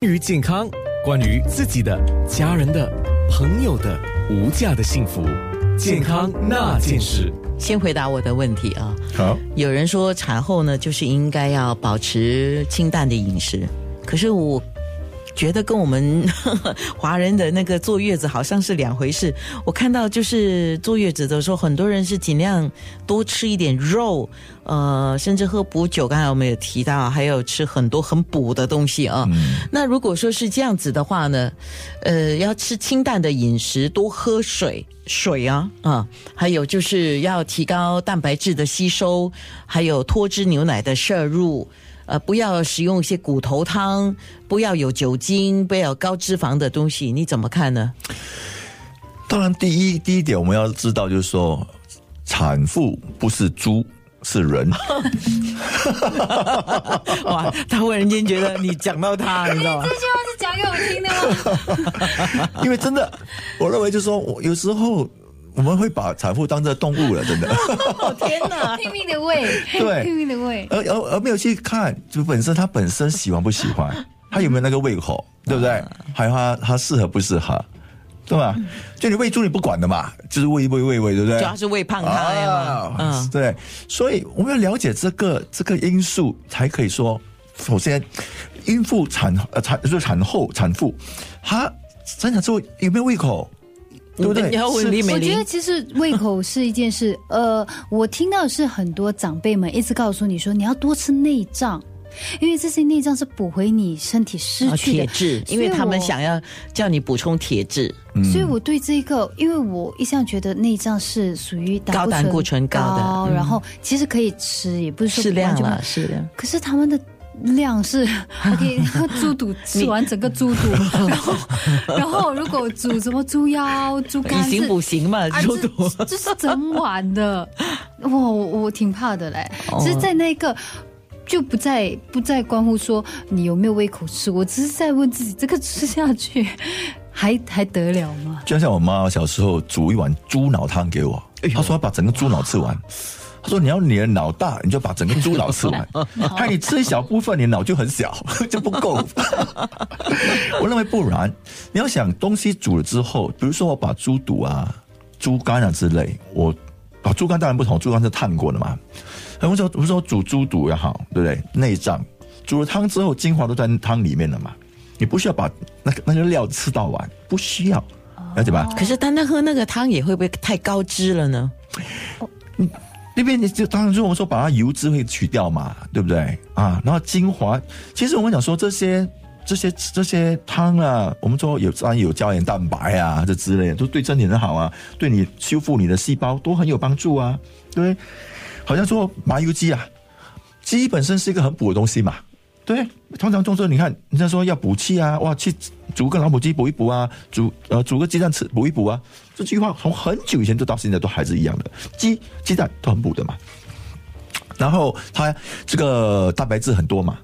关于健康，关于自己的、家人的、朋友的无价的幸福，健康那件事。先回答我的问题啊。好，有人说产后呢，就是应该要保持清淡的饮食，可是我觉得跟我们 华人的那个坐月子好像是两回事。我看到就是坐月子的时候，很多人是尽量多吃一点肉，呃，甚至喝补酒。刚才我们有提到，还有吃很多很补的东西啊。那如果说是这样子的话呢，呃，要吃清淡的饮食，多喝水，水啊啊，还有就是要提高蛋白质的吸收，还有脱脂牛奶的摄入。呃，不要使用一些骨头汤，不要有酒精，不要有高脂肪的东西，你怎么看 呢？当然第一第一点我们要知道，就是说产妇不是猪，是人。哇，他忽然间觉得你讲到他，你知道吗这？句话是讲给我听的吗？因为真的，我认为就是说，我有时候我们会把产妇当做动物了，真的。哦天哪！拼命的 喂，对拼命的喂。而而而没有去看，就本身他本身喜欢不喜欢，他有没有那个胃口，对不对？还有他他适合不适合，对吧？就你喂猪你不管的嘛，就是喂喂喂喂，对不对？主要是喂胖他呀嘛，嗯，对，所以我们要了解这个这个因素，才可以说，首先，孕妇产呃产就是产后产妇，她生产之后有没有胃口，对不对？你要问是李美我觉玲得，其实胃口是一件事，呃，我听到是很多长辈们一直告诉你说你要多吃内脏，因为这些内脏是补回你身体失啊去铁的质，所以因为他们我想嗯要叫你补充铁质。所以我对这个，因为我一向觉得内脏是属于胆高胆固醇高高的嗯然后其实可以吃，也不是说适量完全不了，适量。可是他们的量是，OK，猪肚吃完整个猪肚， 然后然后如果煮什么猪腰、猪肝以是形补形嘛，啊，肉这 毒。这是整晚的，哇，我我挺怕的嘞。哦只是在那个就不再不再关乎说你有没有胃口吃，我只是在问自己，这个吃下去 还还得了吗？就像我妈小时候煮一碗猪脑汤给我，她说要把整个猪脑吃完。她说：“你要你的脑大，你就把整个猪脑吃完。看你吃一小部分，你脑就很小， 就不够。我认为不然，你要想东西煮了之后，比如说我把猪肚啊、猪肝啊之类，我啊猪肝当然不同，猪肝是烫过的嘛。然后说我说煮猪肚也好，对不对？内脏煮了汤之后，精华都在汤里面了嘛，你不需要把那个那个料吃到完，不需要，了解吧？可是单单喝那个汤也会不会太高脂了呢？那边你就当然就我们说把它油脂会取掉嘛，对不对啊？然后精华，其实我们讲说这些这些这些汤啊，我们说有当然有胶原蛋白啊，这之类的都对身体很好啊，对你修复你的细胞都很有帮助啊，对不对。好像说麻油鸡啊，鸡本身是一个很补的东西嘛，对。通常中说你看人家说要补气啊，哇，去煮个老母鸡补一补啊，煮呃煮个鸡蛋吃补一补啊，这句话从很久以前就到现在都还是一样的，鸡鸡蛋都很补的嘛。然后它这个蛋白质很多嘛，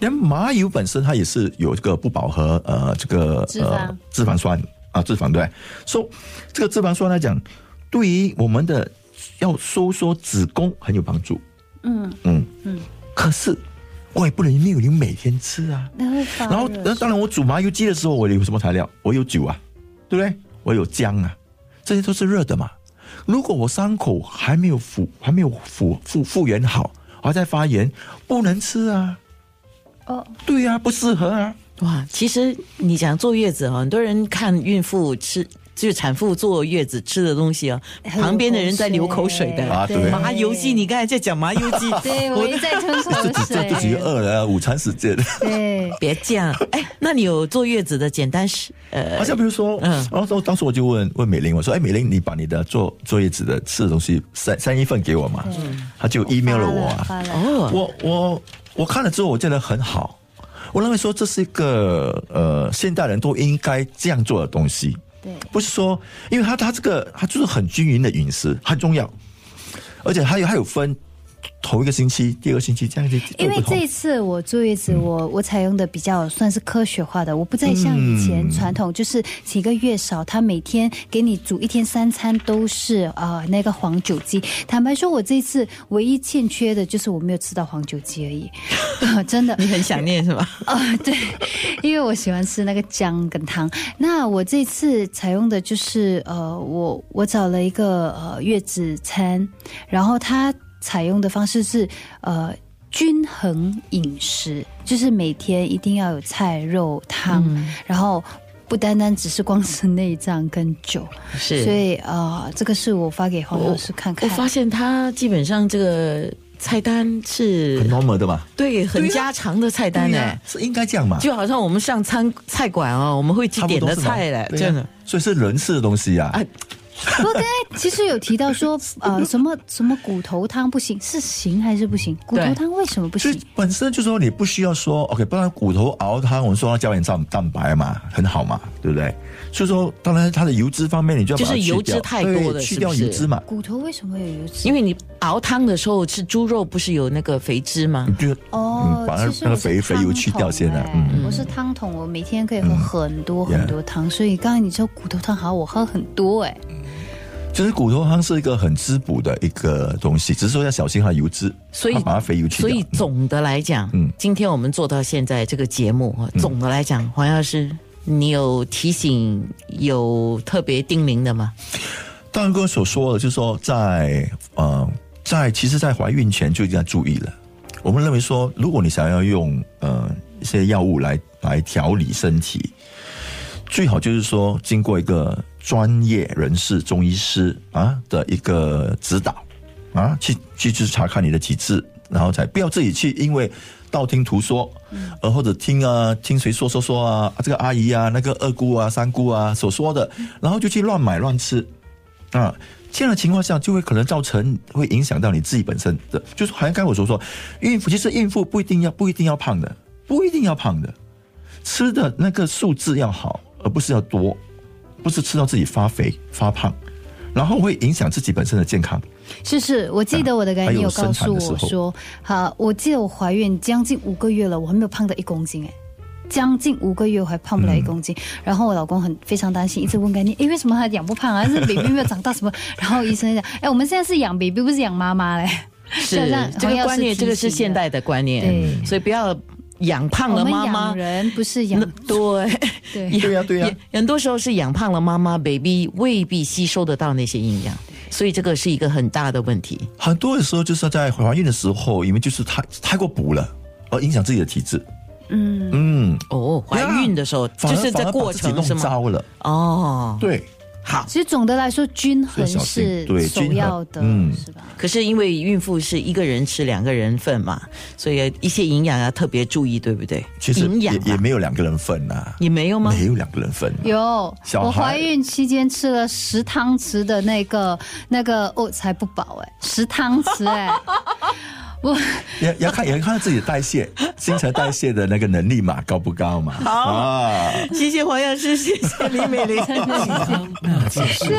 连麻油本身它也是有这个不饱和呃这个脂肪呃脂肪酸啊脂肪对，所、so, 这个脂肪酸来讲，对于我们的要收缩子宫很有帮助。嗯，嗯嗯嗯，可是我也不能命令每天吃啊。那会发热然后，那当然，我煮麻油鸡的时候，我有什么材料？我有酒啊，对不对？我有姜啊，这些都是热的嘛。如果我伤口还没有复还没有复复复原好，还在发炎，不能吃啊。哦，对啊，不适合啊。哇，其实你讲坐月子哦，很多人看孕妇吃。就是产妇坐月子吃的东西哦，还有旁边的人在流口水的啊对麻油鸡，你刚才在讲麻油 鸡，对我一再吞口 这这这只水是，饿了啊午餐时间。对，别这样。哎，那你有坐月子的简单是呃好像比如说，嗯嗯，然后当时我就问问美玲，我说：“哎，美玲，你把你的作作业纸的吃的东西删删一份给我嘛？”她就 email 了我嗯啊。发了发了哦，我我我看了之后，我觉得很好。我认为说这是一个呃，现代人都应该这样做的东西，对，不是说，因为他他这个他就是很均匀的饮食很重要，而且还有还有分头一个星期、第二个星期这样子都因为不嗯这同一。次我坐月子，我我采用的比较算是科学化的，我不再像以前嗯传统，就是请一个月嫂，她每天给你煮一天三餐都是呃那个黄酒鸡。坦白说，我这一次唯一欠缺的就是我没有吃到黄酒鸡而已， 真的。你很想念是吧？哦，对， 因为我喜欢吃那个姜跟汤。那我这次采用的就是呃，我我找了一个呃月子餐，然后它采用的方式是呃均衡饮食，就是每天一定要有菜、肉、汤，嗯然后。不单单只是光是内脏跟酒， 是，所以呃，这个是我发给黄我老师看我看。发现他基本上这个菜单是很 normal 的嘛，对很对啊家常的菜单对呢、呀是应该这样嘛，就好像我们上餐菜馆哦，我们会去差不点多的是嘛菜嘞，对呀啊真的。所以是人吃的东西呀、啊不过刚才其实有提到说， 呃，什么什么骨头汤不行，是行还是不行？骨头对汤为什么不所行以？本身就说你不需要说 OK，不然骨头熬汤，我们说它胶原蛋蛋白嘛，很好嘛，对不对？所以说，当然它的油脂方面，你就要把它就是去油脂掉太多了对去是不掉是油脂嘛，骨头为什么会有油脂？因为你熬汤的时候吃猪肉，不是有那个肥脂吗？你就哦嗯，把它其实那个我是肥肥油去掉先啊汤桶哎嗯我是汤桶，我每天可以喝嗯很多很多汤，所以刚才你说骨头汤好，我喝很多哎、就是骨头汤是一个很滋补的一个东西，只是说要小心它的油脂，所以它把它肥油去所掉。以总的来讲，嗯今天我们做到现在这个节目，总的来讲，黄药师，你有提醒有特别叮咛的吗？大人哥所说的，就是说在呃，在其实，在怀孕前就一定要注意了。我们认为说，如果你想要用呃一些药物来来调理身体，最好就是说经过一个专业人士中医师啊的一个指导啊，去去去查看你的体质，然后才不要自己去因为道听途说，呃或者听啊听谁说说说啊，这个阿姨啊那个二姑啊三姑啊所说的，然后就去乱买乱吃，啊，这样的情况下就会可能造成会影响到你自己本身的，就是好像刚才我所说，孕妇其实孕妇不一定要不一定要胖的，不一定要胖的，吃的那个数字要好，而不是要多，不是吃到自己发肥发胖，然后会影响自己本身的健康。是是，我记得我的感啊还觉有有告生诉产我的时候说，好、我记得我怀孕将近五个月了，我还没有胖到一公斤哎、将近五个月我还胖不嗯了一公斤，然后我老公很非常担心，一直问概念，诶，为什么他养不胖啊？是 baby 没有长大什么？ 然后医生讲，哎，我们现在是养 baby，不是养妈妈嘞。这是样这黄个药师观念，提这个是醒的现代的观念，对所以不要养胖我了们妈妈养。人不是那养对，对。对呀、对呀、也很多时候是养胖了妈妈，baby 未必吸收得到那些营养，所以这个是一个很大的问题。很多的时候就是在怀孕的时候，因为就是太太过补了，而影响自己的体质。嗯嗯，哦，怀孕的时候反就而是反在而把过自己程是弄吗？糟了。哦，对，好。其实总的来说，均衡最小心是对首均衡要的，嗯是吧？可是因为孕妇是一个人吃两个人份嘛，所以一些营养要特别注意，对不对？其实营养也啊也没有两个人份呐、啊，也没有吗？ 没有两个人份、啊有，小我孩怀孕期间吃了十汤匙的那个那个 oats 还不饱哎、十汤匙哎、 我也也要看也要看自己的代谢，新陈代谢的那个能力嘛，高不高嘛？好啊。 谢谢黄药师，谢谢李美玲。健康那件事。